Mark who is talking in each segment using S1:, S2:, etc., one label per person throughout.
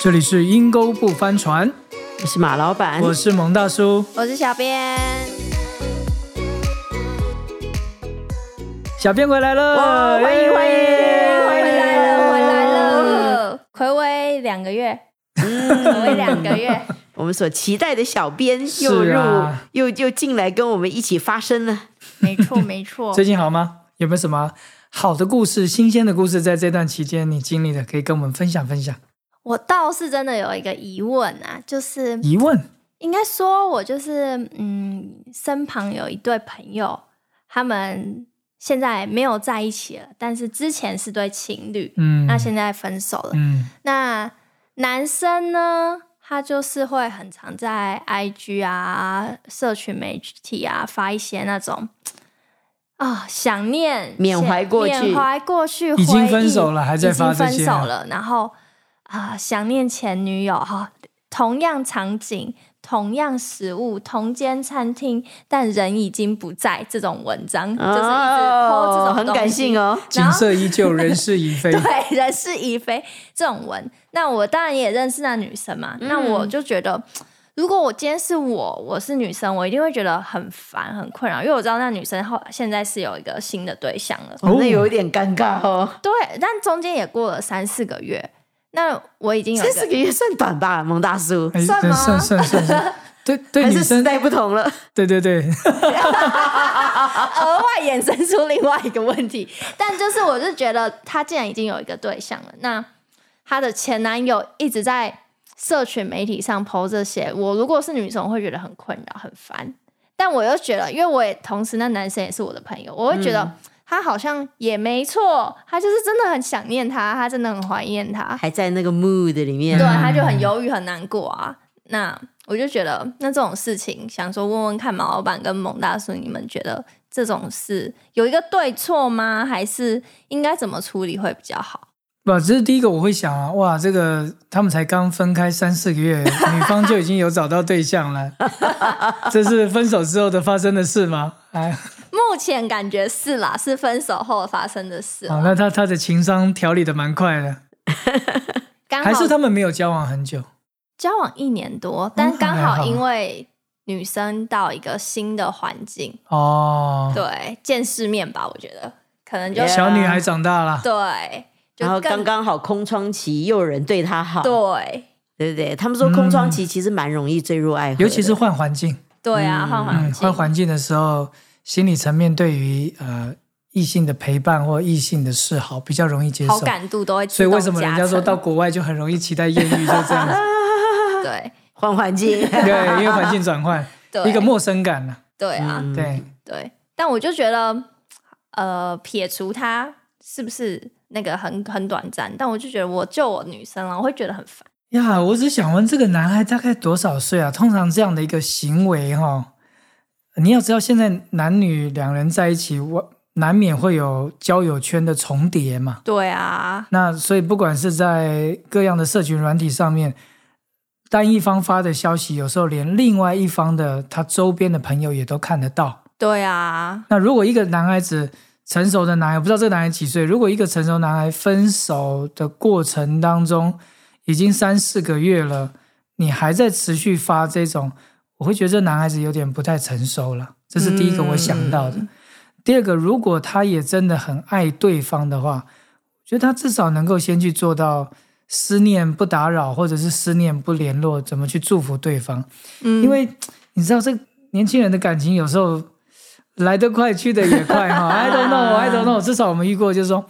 S1: 这里是阴沟不翻船，
S2: 我是马老板，
S1: 我是蒙大叔。
S3: 我是小编，
S1: 小编回来了，
S2: 哇欢迎
S1: 耶
S2: 欢迎
S3: 回
S2: 欢迎
S3: 来了，回来了，嗯暌违两个月，暌违两个月，
S2: 我们所期待的小编
S1: 是
S2: 又入、
S1: 啊
S2: 又又进来跟我们一起发声了。
S3: 没错没错
S1: 最，近好吗？有没有什么好的故事、新鲜的故事，在这段期间你经历的，可以跟我们分享分享？
S3: 我倒是真的有一个疑问啊，就是
S1: 疑问
S3: 应该说，我就是嗯，身旁有一对朋友，他们现在没有在一起了，但是之前是对情侣，
S1: 嗯
S3: 那现在分手了。
S1: 嗯
S3: 那男生呢，他就是会很常在 IG 啊、社群媒体啊发一些那种啊、想念、
S2: 缅怀过去
S3: 缅怀过去，
S1: 已经
S3: 回忆
S1: 分手了还在发
S3: 已经
S1: 这
S3: 分
S1: 些
S3: 手了，然后啊、想念前女友哈、同样场景。同样食物，同间餐厅，但人已经不在。这种文章、就是一直
S2: 哦
S3: po 这种
S2: 很感性哦。
S3: 哦。
S1: 景色依旧，人事已 非。
S3: 对，人事已非这种文。那我当然也认识那女生嘛，那我就觉得，如果我今天是我，我是女生，我一定会觉得很烦、很困扰，因为我知道那女生后现在是有一个新的对象了。
S2: 哦、那有一点尴尬哦，
S3: 对，但中间也过了三四个月，那我已经有一
S2: 三四
S3: 个
S2: 个月算短吧，蒙大叔，
S1: 哎
S3: 算
S1: 对
S3: 吗
S1: 算算算算，对对，
S2: 还
S1: 女
S2: 是时
S1: 生，
S2: 代不同了？
S1: 对对对，
S3: 额外衍生出另外一个问题， 但就是我就觉得她既然已经有一个对象了，那她的前男友一直在社群媒体上 PO 这些，我如果是女生我会觉得很困扰、很烦，但我又觉得，因为我也同时那男生也是我的朋友，我会觉得。他好像也没错，他就是真的很想念他，他真的很怀念他，
S2: 还在那个 mood 里
S1: 嗯
S2: 面。
S3: 对，啊他就很忧郁、很难过啊。那我就觉得，那这种事情，想说问问看毛老板跟蒙大叔，你们觉得这种事有一个对错吗？还是应该怎么处理会比较好？
S1: 不，这是第一个我会想啊，哇，这个他们才刚分开三四个月，女方就已经有找到对象了，这是分手之后的发生的事吗？哎，
S3: 目前感觉是啦，是分手后发生的事
S1: 好、
S3: 啦。
S1: 那他他的情商调理的蛮快的，
S3: 刚好
S1: 还是他们没有交往很久？
S3: 交往一年多，但刚
S1: 还好
S3: 好因为女生到一个新的环境，
S1: 哦，
S3: 对，啊见世面吧，我觉得可能就
S2: Yeah
S1: 小女孩长大了，
S3: 对，就
S2: 然后
S3: 更
S2: 刚刚好空窗期，又有人对他好，
S3: 对
S2: 对不对？他们说空窗期其实蛮容易坠入爱河的，
S1: 尤其是换环境，
S3: 对啊，换
S1: 嗯，
S3: 环境
S1: 换，环境的时候，心理层面对于呃异性的陪伴或异性的示好比较容易接
S3: 好
S1: 受。
S3: 感度都会自
S1: 所以
S3: 动
S1: 为
S3: 加成。
S1: 什么人家说到国外就很容易期待艳遇，就这样子？
S3: 对
S2: 换环境，
S1: 对，因为环境转换，
S3: 对
S1: 一个陌生感呢、
S3: 对啊、
S2: 嗯
S1: 对，
S3: 对，但我就觉得，呃，撇除他是不是那个很很短暂，但我就觉得我救我女生了，我会觉得很烦。
S1: 呀，我只想问这个男孩大概多少岁啊？通常这样的一个行为哈、你要知道现在男女两人在一起，我难免会有交友圈的重叠嘛。
S3: 对啊，
S1: 那所以不管是在各样的社群软体上面，单一方发的消息，有时候连另外一方的他周边的朋友也都看得到。
S3: 对啊，
S1: 那如果一个男孩子成熟的男孩，我不知道这个男孩几岁，如果一个成熟男孩分手的过程当中已经三四个月了，你还在持续发这种，我会觉得这男孩子有点不太成熟了。这是第一个我想到的。第二个，如果他也真的很爱对方的话，我觉得他至少能够先去做到思念不打扰，或者是思念不联络，怎么去祝福对方。
S3: 嗯，
S1: 因为你知道，这年轻人的感情有时候来得快，去得也快 哈。I don't know, I don't know。至少我们遇过，就是说，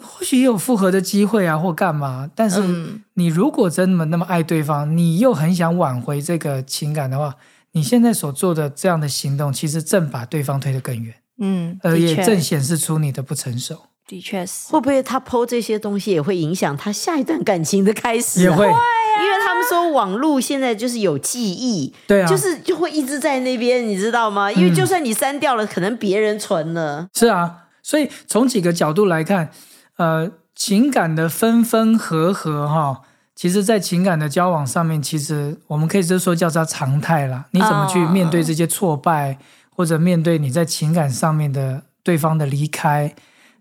S1: 或许也有复合的机会啊，或干嘛。但是
S3: 嗯，
S1: 你如果真的那么爱对方，你又很想挽回这个情感的话，你现在所做的这样的行动，其实正把对方推得更远，
S3: 嗯，
S1: 而
S3: 的
S1: 呃也正
S3: 确，
S1: 显示出你的不成熟，
S3: 的确是，
S2: 会不会他剖这些东西也会影响他下一段感情的开始、啊？
S1: 也会
S2: 因为他们说网络现在就是有记忆，
S1: 对啊，嗯
S2: 就是就会一直在那边，你知道吗？因为就算你删掉了，可能别人存了。
S1: 是啊，所以从几个角度来看，呃，情感的分分合合哈、其实，在情感的交往上面，其实我们可以就说叫它常态啦。你怎么去面对这些挫败，或者面对你在情感上面的对方的离开，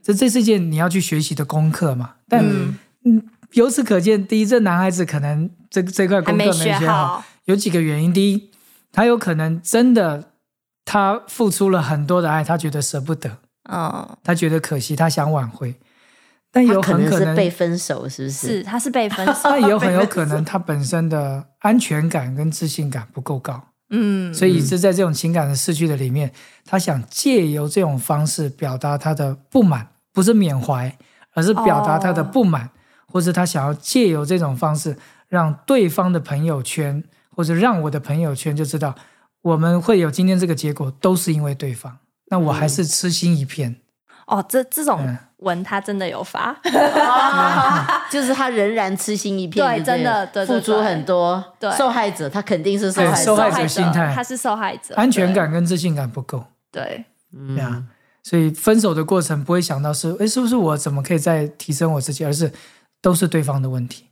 S1: 这这是一件你要去学习的功课嘛。但、
S3: 嗯
S1: 嗯，由此可见，第一，这男孩子可能这这块
S3: 还
S1: 功课没
S3: 学
S1: 学好，，有几个原因。第一，他有可能真的他付出了很多的爱，他觉得舍不得，
S3: 嗯，
S1: 他觉得可惜，他想挽回，但哎有
S2: 他可
S1: 很
S2: 能
S1: 可
S2: 是
S1: 能，
S2: 被分手，是不是？
S3: 是他是被分手，
S1: 但也有很有可能他本身的安全感跟自信感不够高，
S3: 嗯，
S1: 所以以致在这种情感的逝去的里面，他想借由这种方式表达他的不满，不是缅怀，而是表达他的不
S2: 哦
S1: 满，或者他想要借由这种方式让对方的朋友圈，或者让我的朋友圈就知道我们会有今天这个结果，都是因为对方。那我
S2: 嗯
S1: 还是痴心一片，
S3: 哦，这这种
S1: 嗯
S3: 文他真的有发，
S2: 就是他仍然痴心一片，
S3: 对
S2: 对不对，
S3: 真的对对
S2: 付出
S3: 对
S2: 很多，
S3: 对
S2: 受害者他肯定是受
S1: 对
S2: 害
S1: 受害者
S3: 者
S1: 心态
S3: 他是受害者，
S1: 安全感跟自信感不够。
S3: 对，对
S1: 对啊，所以分手的过程不会想到是，诶，是不是我怎么可以再提升我自己，而是都是对方的问题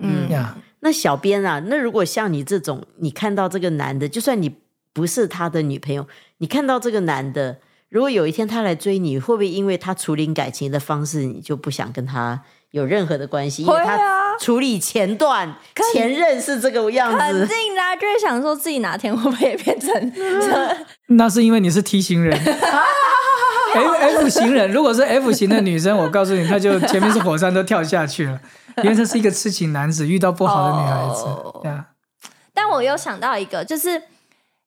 S3: 嗯，
S1: 呀。
S2: 那小编啊，那如果像你这种，你看到这个男的，就算你不是他的女朋友，你看到这个男的，如果有一天他来追你，会不会因为他处理感情的方式，你就不想跟他有任何的关系？因为
S3: 会啊
S2: 他处理前段、
S3: 肯
S2: 前任是这个样
S3: 肯
S2: 子，
S3: 定啦，就会想说自己哪天会不会也变成 这
S1: 那是因为你是 T 型人，F F 型人。如果是 F 型的女生，我告诉你，她就前面是火山都跳下去了，因为她是一个痴情男子，遇到不好的女孩
S3: 哦
S1: 子，对啊，
S3: 但我有想到一个，就是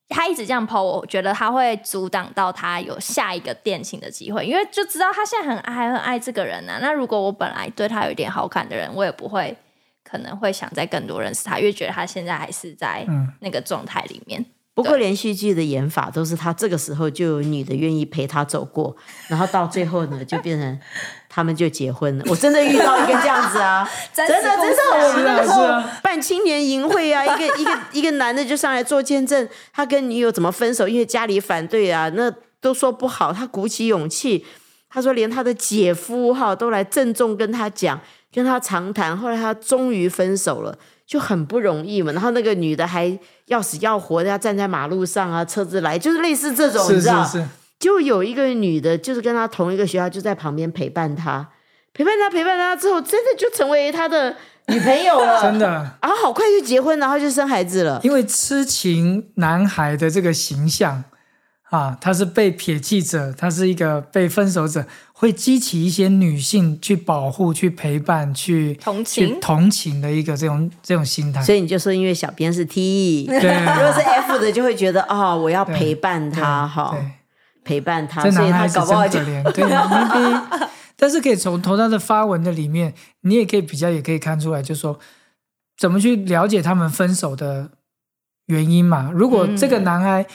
S3: 他一直这样抛，我觉得他会阻挡到他有下一个恋情的机会，因为就知道他现在很爱很爱这个人啊。那如果我本来对他有一点好感的人，我也不会可能会想再更多认识他，因为觉得他现在还是在
S1: 嗯
S3: 那个状态里面。
S2: 不过连续剧的演法都是他这个时候就有女的愿意陪他走过，然后到最后呢，就变成他们就结婚了。我真的遇到一个这样子啊，
S3: 真
S2: 真
S3: 实
S2: 的
S3: 故
S2: 真
S3: 事
S2: 的
S3: 啊，
S2: 我们那个时
S1: 是啊
S2: 候
S1: 是啊
S2: 办青年营会啊，一个一个一个男的就上来做见证，他跟女友怎么分手，因为家里反对啊，那都说不好，他鼓起勇气，他说连他的姐夫哈都来郑重跟他讲，跟他长谈，后来他终于分手了。就很不容易嘛，然后那个女的还要死要活的，要站在马路上啊，车子来，就是类似这种，
S1: 是
S2: 你知道
S1: 是？是，
S2: 就有一个女的，就是跟他同一个学校，就在旁边陪伴他，陪伴他，陪伴他之后，真的就成为他的女朋友 了，
S1: 真的。
S2: 然后好快就结婚，然后就生孩 子了。
S1: 因为痴情男孩的这个形象啊，他是被撇弃者，他是一个被分手者，会激起一些女性去保护、去陪伴、去
S3: 同
S1: 去
S3: 情
S1: 同情的一个这种这种心态。
S2: 所以你就说，因为小编 是 T，如
S1: 对啊
S2: 果是 F 的，就会觉得哦，我要陪伴
S1: 对
S2: 他哈，
S1: 对，
S2: 陪伴他，
S1: 这
S2: 所以
S1: 男
S2: 他
S1: 孩子
S2: 搞
S1: 真
S2: 不好就
S1: 可怜。 对，maybe，但是可以从从他的发文的里面，你也可以比较，也可以看出来，就说怎么去了解他们分手的原因嘛。如果这
S2: 嗯
S1: 个男孩、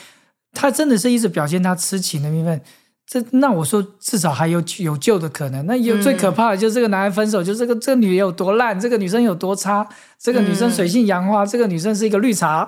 S1: 他真的是一直表现他痴情的部分，这那我说至少还有有救的可能。那有最
S2: 嗯
S1: 可怕的就是这个男孩分手，就是这个这个女有多烂，这个女生有多差，这个女
S2: 嗯
S1: 生水性杨花，这个女生是一个绿茶，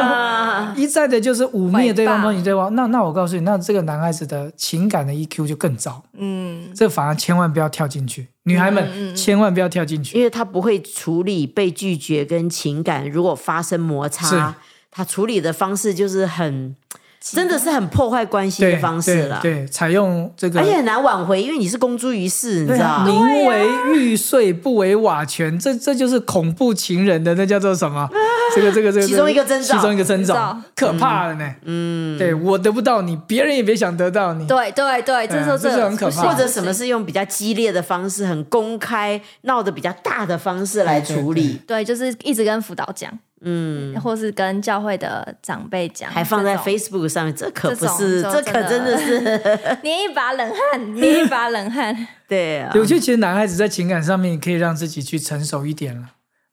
S2: 啊
S1: 一再的就是污
S3: 毁
S1: 蔑
S3: 谤
S1: 对方、抨击对方。那那我告诉你，那这个男孩子的情感的 EQ 就更糟，
S3: 嗯，
S1: 这反而千万不要跳进去，女孩们千万不要跳进去。
S2: 因为他不会处理被拒绝跟情感，如果发生摩
S1: 是
S2: 擦，他处理的方式就是很，真的是很破坏关系的方式了，哎
S1: 对，对采用这个，
S2: 而且很难挽回，因为你是公诸于世，你
S1: 对
S2: 知道
S1: 啊，
S2: 吗？
S1: 宁为玉碎不为瓦全，这这就是恐怖情人的那叫做什么？这个这个这个，
S2: 啊其中一个征兆
S1: 其中一个征
S3: 征
S1: 兆
S3: 兆，
S1: 可怕了呢。嗯，对我得不到你，别人也别想得到你。
S3: 对对对，这
S1: 嗯
S3: 时候
S1: 这是很可怕
S2: 或者什么是用比较激烈的方式、很公开、闹得比较大的方式来处理，
S3: 对，就是一直跟辅导讲，嗯，或是跟教会的长辈讲，
S2: 还放在
S3: 这种
S2: Facebook 上面，这可不
S3: 这种
S2: 是，
S3: 就
S2: 这可真
S3: 真的
S2: 的是
S3: 捏一把冷汗，捏一把冷汗。
S2: 对啊
S1: 对，。我觉得其实男孩子在情感上面可以让自己去成熟一点了。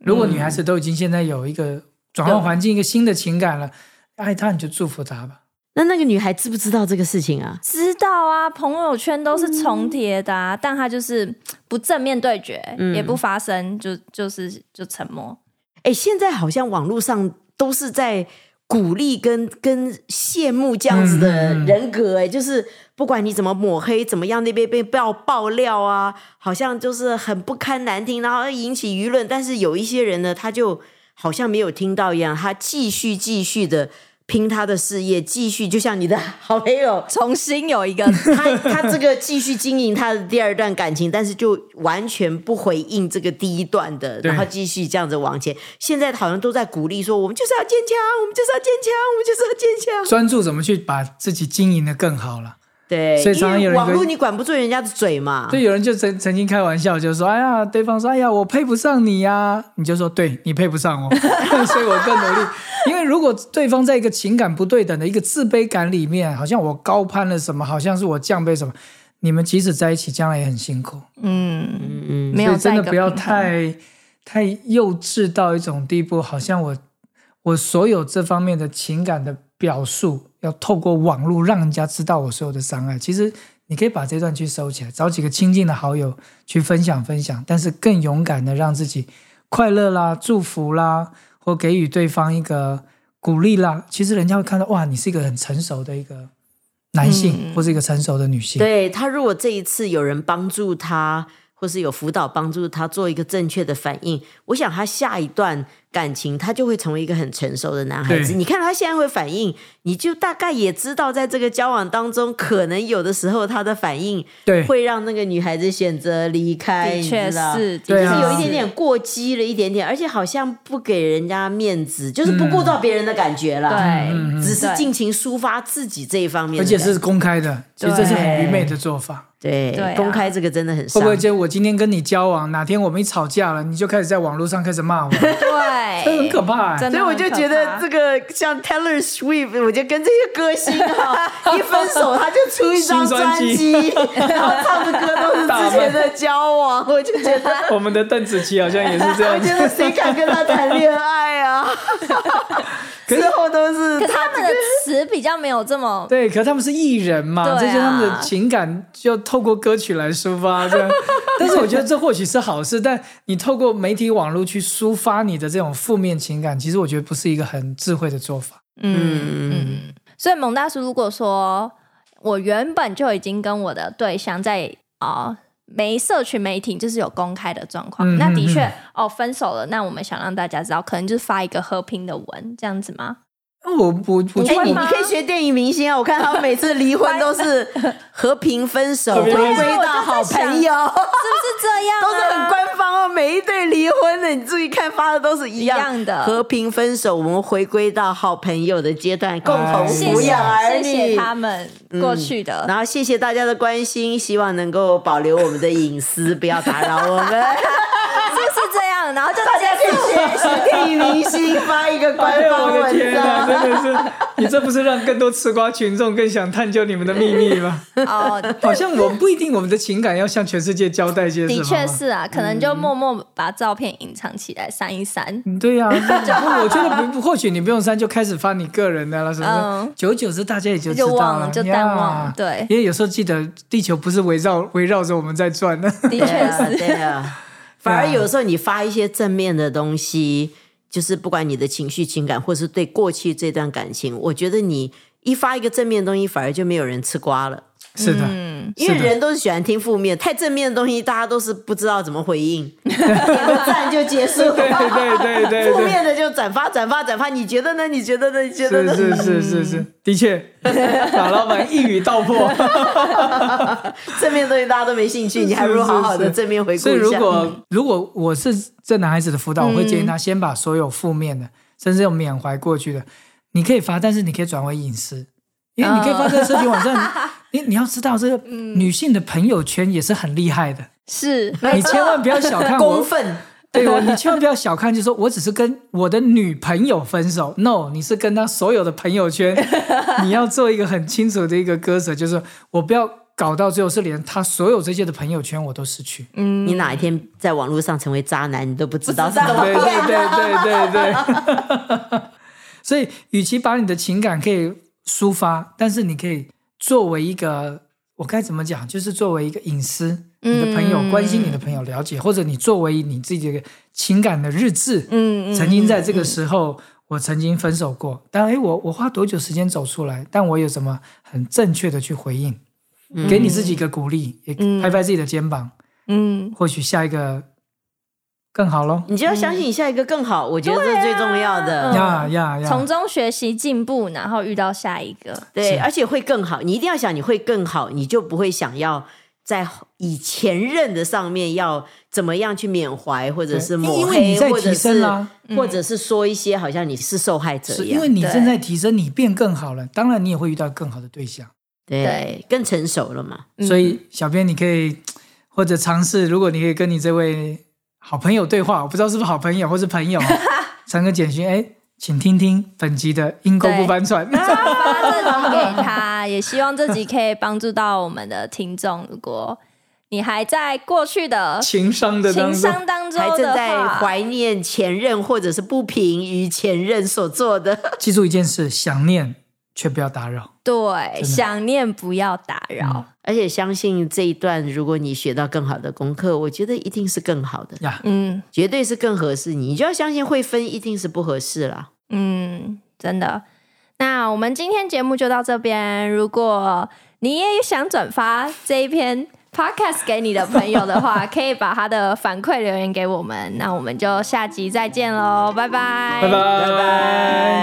S1: 如果女孩子都已经现在有一个转换环境、一个新的情感了，爱她你就祝福她吧。
S2: 那那个女孩知不知道这个事情啊？
S3: 知道啊，朋友圈都是
S2: 嗯
S3: 重叠的、啊，但他就是不正面对决，
S2: 嗯
S3: 也不发声，就就是就沉默。
S2: 哎，现在好像网络上都是在鼓励跟跟羡慕这样子的
S1: 嗯嗯嗯
S2: 人格，哎、就是不管你怎么抹黑，怎么样那边被爆爆料啊，好像就是很不堪难听，然后引起舆论。但是有一些人呢，他就好像没有听到一样，他继续继续的拼他的事业，继续就像你的 好朋友，
S4: 重新有一个
S2: 他他这个继续经营他的第二段感情，但是就完全不回应这个第一段的，
S1: 对
S2: 然后继续这样子往前。现在好像都在鼓励说，我们就是要坚强，我们就是要坚强，我们就是要坚强。
S1: 专注怎么去把自己经营的更好了。
S2: 对，
S1: 所以常常有
S2: 因
S1: 人
S2: 为网
S1: 会
S2: 络你管不住人家的嘴嘛
S1: 就。有人就曾曾经开玩笑，就说：“哎呀，对方说，哎呀，我配不上你呀、你就说：“对你配不上我，所以我更努力。”因为如果对方在一个情感不对等的一个自卑感里面，好像我高攀了什么，好像是我降卑什么，你们即使在一起，将来也很辛苦。
S4: 嗯，
S2: 嗯，
S4: 没
S1: 所
S4: 有
S1: 以
S4: 在
S1: 真
S4: 一
S1: 的
S4: 个
S1: 不要
S4: 平衡
S1: 太太幼稚到一种地步，好像我我所有这方面的情感的表述，要透过网络让人家知道我所有的伤害。其实你可以把这段去收起来，找几个亲近的好友去分享分享，但是更勇敢的让自己快乐啦、祝福啦，或给予对方一个鼓励啦。其实人家会看到，哇，你是一个很成熟的一个男
S4: 嗯
S1: 性，或是一个成熟的女性。
S2: 对他如果这一次有人帮助他，或是有辅导帮助他做一个正确的反应，我想他下一段感情他就会成为一个很成熟的男孩子。
S1: 对
S2: 你看他现在会反应，你就大概也知道，在这个交往当中，可能有的时候他的反应
S1: 对
S2: 会让那个女孩子选择离开，
S4: 的确
S2: 哎你知道
S4: 是，的
S1: 对
S4: 确
S2: 就是
S1: 啊
S2: 有一点点过激了一点点，而且好像不
S1: 嗯
S2: 给人家面子，就是不顾到别人的感觉了，
S4: 对嗯
S2: 只是
S4: 对
S2: 尽情抒发自己这一方面的
S1: 而
S2: 感觉，
S1: 且是公开的，其实这是很愚昧的做法。
S2: 对
S4: 对啊
S2: 公开这个真的很
S1: 会
S2: 伤，
S1: 不会就我今天跟你交往，哪天我们一吵架了，你就开始在网络上开始 骂我，这很
S4: 对，
S1: 可怕、欸。
S4: 真的
S2: 所以我就觉得
S4: 很可
S2: 这个像 Taylor Swift，我就跟这些歌星哈、一分手他就出一张
S1: 新专
S2: 专
S1: 辑
S2: 辑，然后唱的歌都是之前的交往，我就觉得，
S1: 我们的邓紫棋好像也是这
S2: 我
S1: 样子
S2: 觉，得谁敢跟他谈恋爱啊？之后都是
S3: 可是
S2: 他
S3: 他们的词比较没有这么
S1: 对，可他们是艺人嘛，
S3: 对啊
S1: 这些他们的情感就透过歌曲来抒发，这样。 但是我觉得这或许是好事，但你透过媒体网络去抒发你的这种负面情感，其实我觉得不是一个很智慧的做法。
S4: 嗯嗯，
S3: 所以蒙大叔如果说我原本就已经跟我的对象在啊。没社群媒体就是有公开的状况，
S1: 嗯
S3: 那的确
S1: 嗯
S3: 哦，分手了，那我们想让大家知道，可能就是发一个和平的文这样子吗？
S1: 哦我我我觉
S2: 哎、
S1: 得
S2: 你
S1: 我
S2: 你可以学电影明星啊！我看他们每次离婚都是和平分手，
S1: 和
S2: 回
S1: 平分手
S2: 归到好朋友，
S3: 是不是这 样、啊？
S2: 都是很官方哦。每一对离婚的，你注意看发的都是一样
S3: 一样的
S2: 和平分手，我们回归到好朋友的阶段，共同
S3: 哦谢
S2: 抚
S3: 谢
S2: 养儿女。
S3: 谢谢他们嗯过去的。
S2: 然后谢谢大家的关心，希望能够保留我们的隐私，不要打扰我 们。
S3: 是不是这样？然后就
S2: 大家可以学学电影明星发一个官
S1: 哎呦我
S2: 方
S1: 的天
S2: 文
S1: 哪，
S2: 章。
S1: 真的是，你这不是让更多吃瓜群众更想探究你们的秘密吗？
S3: 哦，
S1: 好像我们不一定，我们的情感要向全世界交代些什么。
S3: 的确是啊，可能就默默把照片隐藏起来，删一删。
S1: 嗯，对呀、啊，我觉得不，或许你不用删，就开始发你个人的了，什么的
S3: 嗯，
S1: 久而久之大家也就知
S3: 就
S1: 道
S3: 忘了就淡忘了对
S1: 因为有时候记得地球不是围绕围绕着我们在转 的，
S3: 的
S2: 对
S3: 确
S2: 啊，
S3: 是，
S2: 对啊。反而有时候你发一些正面的东西，就是不管你的情绪、情感，或是对过去这段感情，我觉得你一发一个正面的东西，反而就没有人吃瓜了，
S1: 是的，
S3: 嗯
S2: 因为
S1: 是的
S2: 人都是喜欢听负面，太正面的东西，大家都是不知道怎么 回应，点个赞就结束。
S1: 对对对 对
S2: 负
S1: 对。
S2: 面的就转发、转发、转发，你觉得呢？你觉得呢？你觉得
S1: 是
S2: 呢？
S1: 是是是是，的 确，马老板一语道破。
S2: 正面的东西大家都没兴趣，你还不如好好
S1: 是
S2: 的
S1: 是
S2: 正面回顾
S1: 所以
S2: 一
S1: 如
S2: 下。
S1: 果如果我是这男孩子的辅导，我会建议他
S2: 嗯
S1: 先把所有负面的，甚至有缅怀过去的，你可以发，但是你可以转为隐私，因为你可以发在社群网站。 你你要知道，这个
S2: 嗯
S1: 女性的朋友圈也是很厉害的，
S3: 是
S1: 你千万不要小看我
S2: 公。愤，
S1: 对我，你千万不要小看，就说我只是跟我的女朋友分手。No，你是 跟她所有的朋友 圈，你要做一个很清楚的一个割舍，就是我不要搞到最后是连她所有这些的朋友圈我都失去。
S2: 你哪一天在网络上成为渣男，你都不知道是
S4: 不知
S2: 怎
S4: 道
S2: 么
S1: 对
S2: 变的。
S1: 对对对对对。所以，与其把你的情感可以抒发，但是你可以作为一个，我该怎么讲，就是作为一个隐私，
S4: 嗯
S1: 你的朋友、关心你的朋友了解，或者你作为你自己的情感的日志，
S4: 嗯嗯
S1: 曾经在这个时候。我曾经分手过，但哎，我我花多久时间走出来？但我有什么很正确的去回应，
S2: 嗯
S4: 嗯
S1: 给你自己一个鼓励，也拍拍自己的肩膀，
S4: 嗯，
S1: 或许下一个更好喽。
S2: 你就要相信你下一个更好，我觉得这是最重要
S4: 嗯
S2: 的。
S1: 呀呀呀！
S3: 从中学习进步，然后遇到下一个。
S2: 对，
S1: 是
S2: 而且会更好。你一定要想你会更好，你就不会想要在以前任的上面要怎么样去缅怀，或者是
S1: 对因
S2: 抹
S1: 因为你
S2: 黑，
S1: 在
S2: 或者
S1: 提升
S2: 是、
S1: 啦
S2: 或者是说一些好像你是受害者
S1: 是
S2: 一
S1: 因
S2: 样
S1: 为。你
S3: 对
S1: 正在提升，你变更好了，当然你也会遇到更好的对象。
S2: 对，
S3: 对
S2: 更成熟了嘛。
S3: 嗯
S1: 所以，小编你可以或者尝试，如果你可以跟你这位好朋友对话，我不知道是不是好朋友或是朋 友，传个简讯，哎，请听听本集的阴沟不翻 船。
S3: 啊发这集给他，也希望这集可以帮助到我们的听众。如果你还在过去的
S1: 情商的当
S3: 情
S1: 中，
S3: 商当中
S2: 还正
S3: 的
S2: 在
S3: 话，
S2: 怀念前任，或者是不平于前任所做的。
S1: 记住一件事：想念却不要打扰。
S3: 对
S1: 的
S3: 想念不要打扰。
S2: 而且相信这一段，如果你学到更好的功课，我觉得一定是更好的，
S1: 呀，
S3: 嗯
S2: 绝对是更合适你。你就要相信会分一定是不合适啦。
S3: 嗯，真的。那我们今天节目就到这边。如果你也想转发这一篇 podcast 给你的朋友的话，可以把他的反哎馈留言给我们。那我们就下集再见喽，拜拜，
S1: 拜拜。
S2: 拜拜。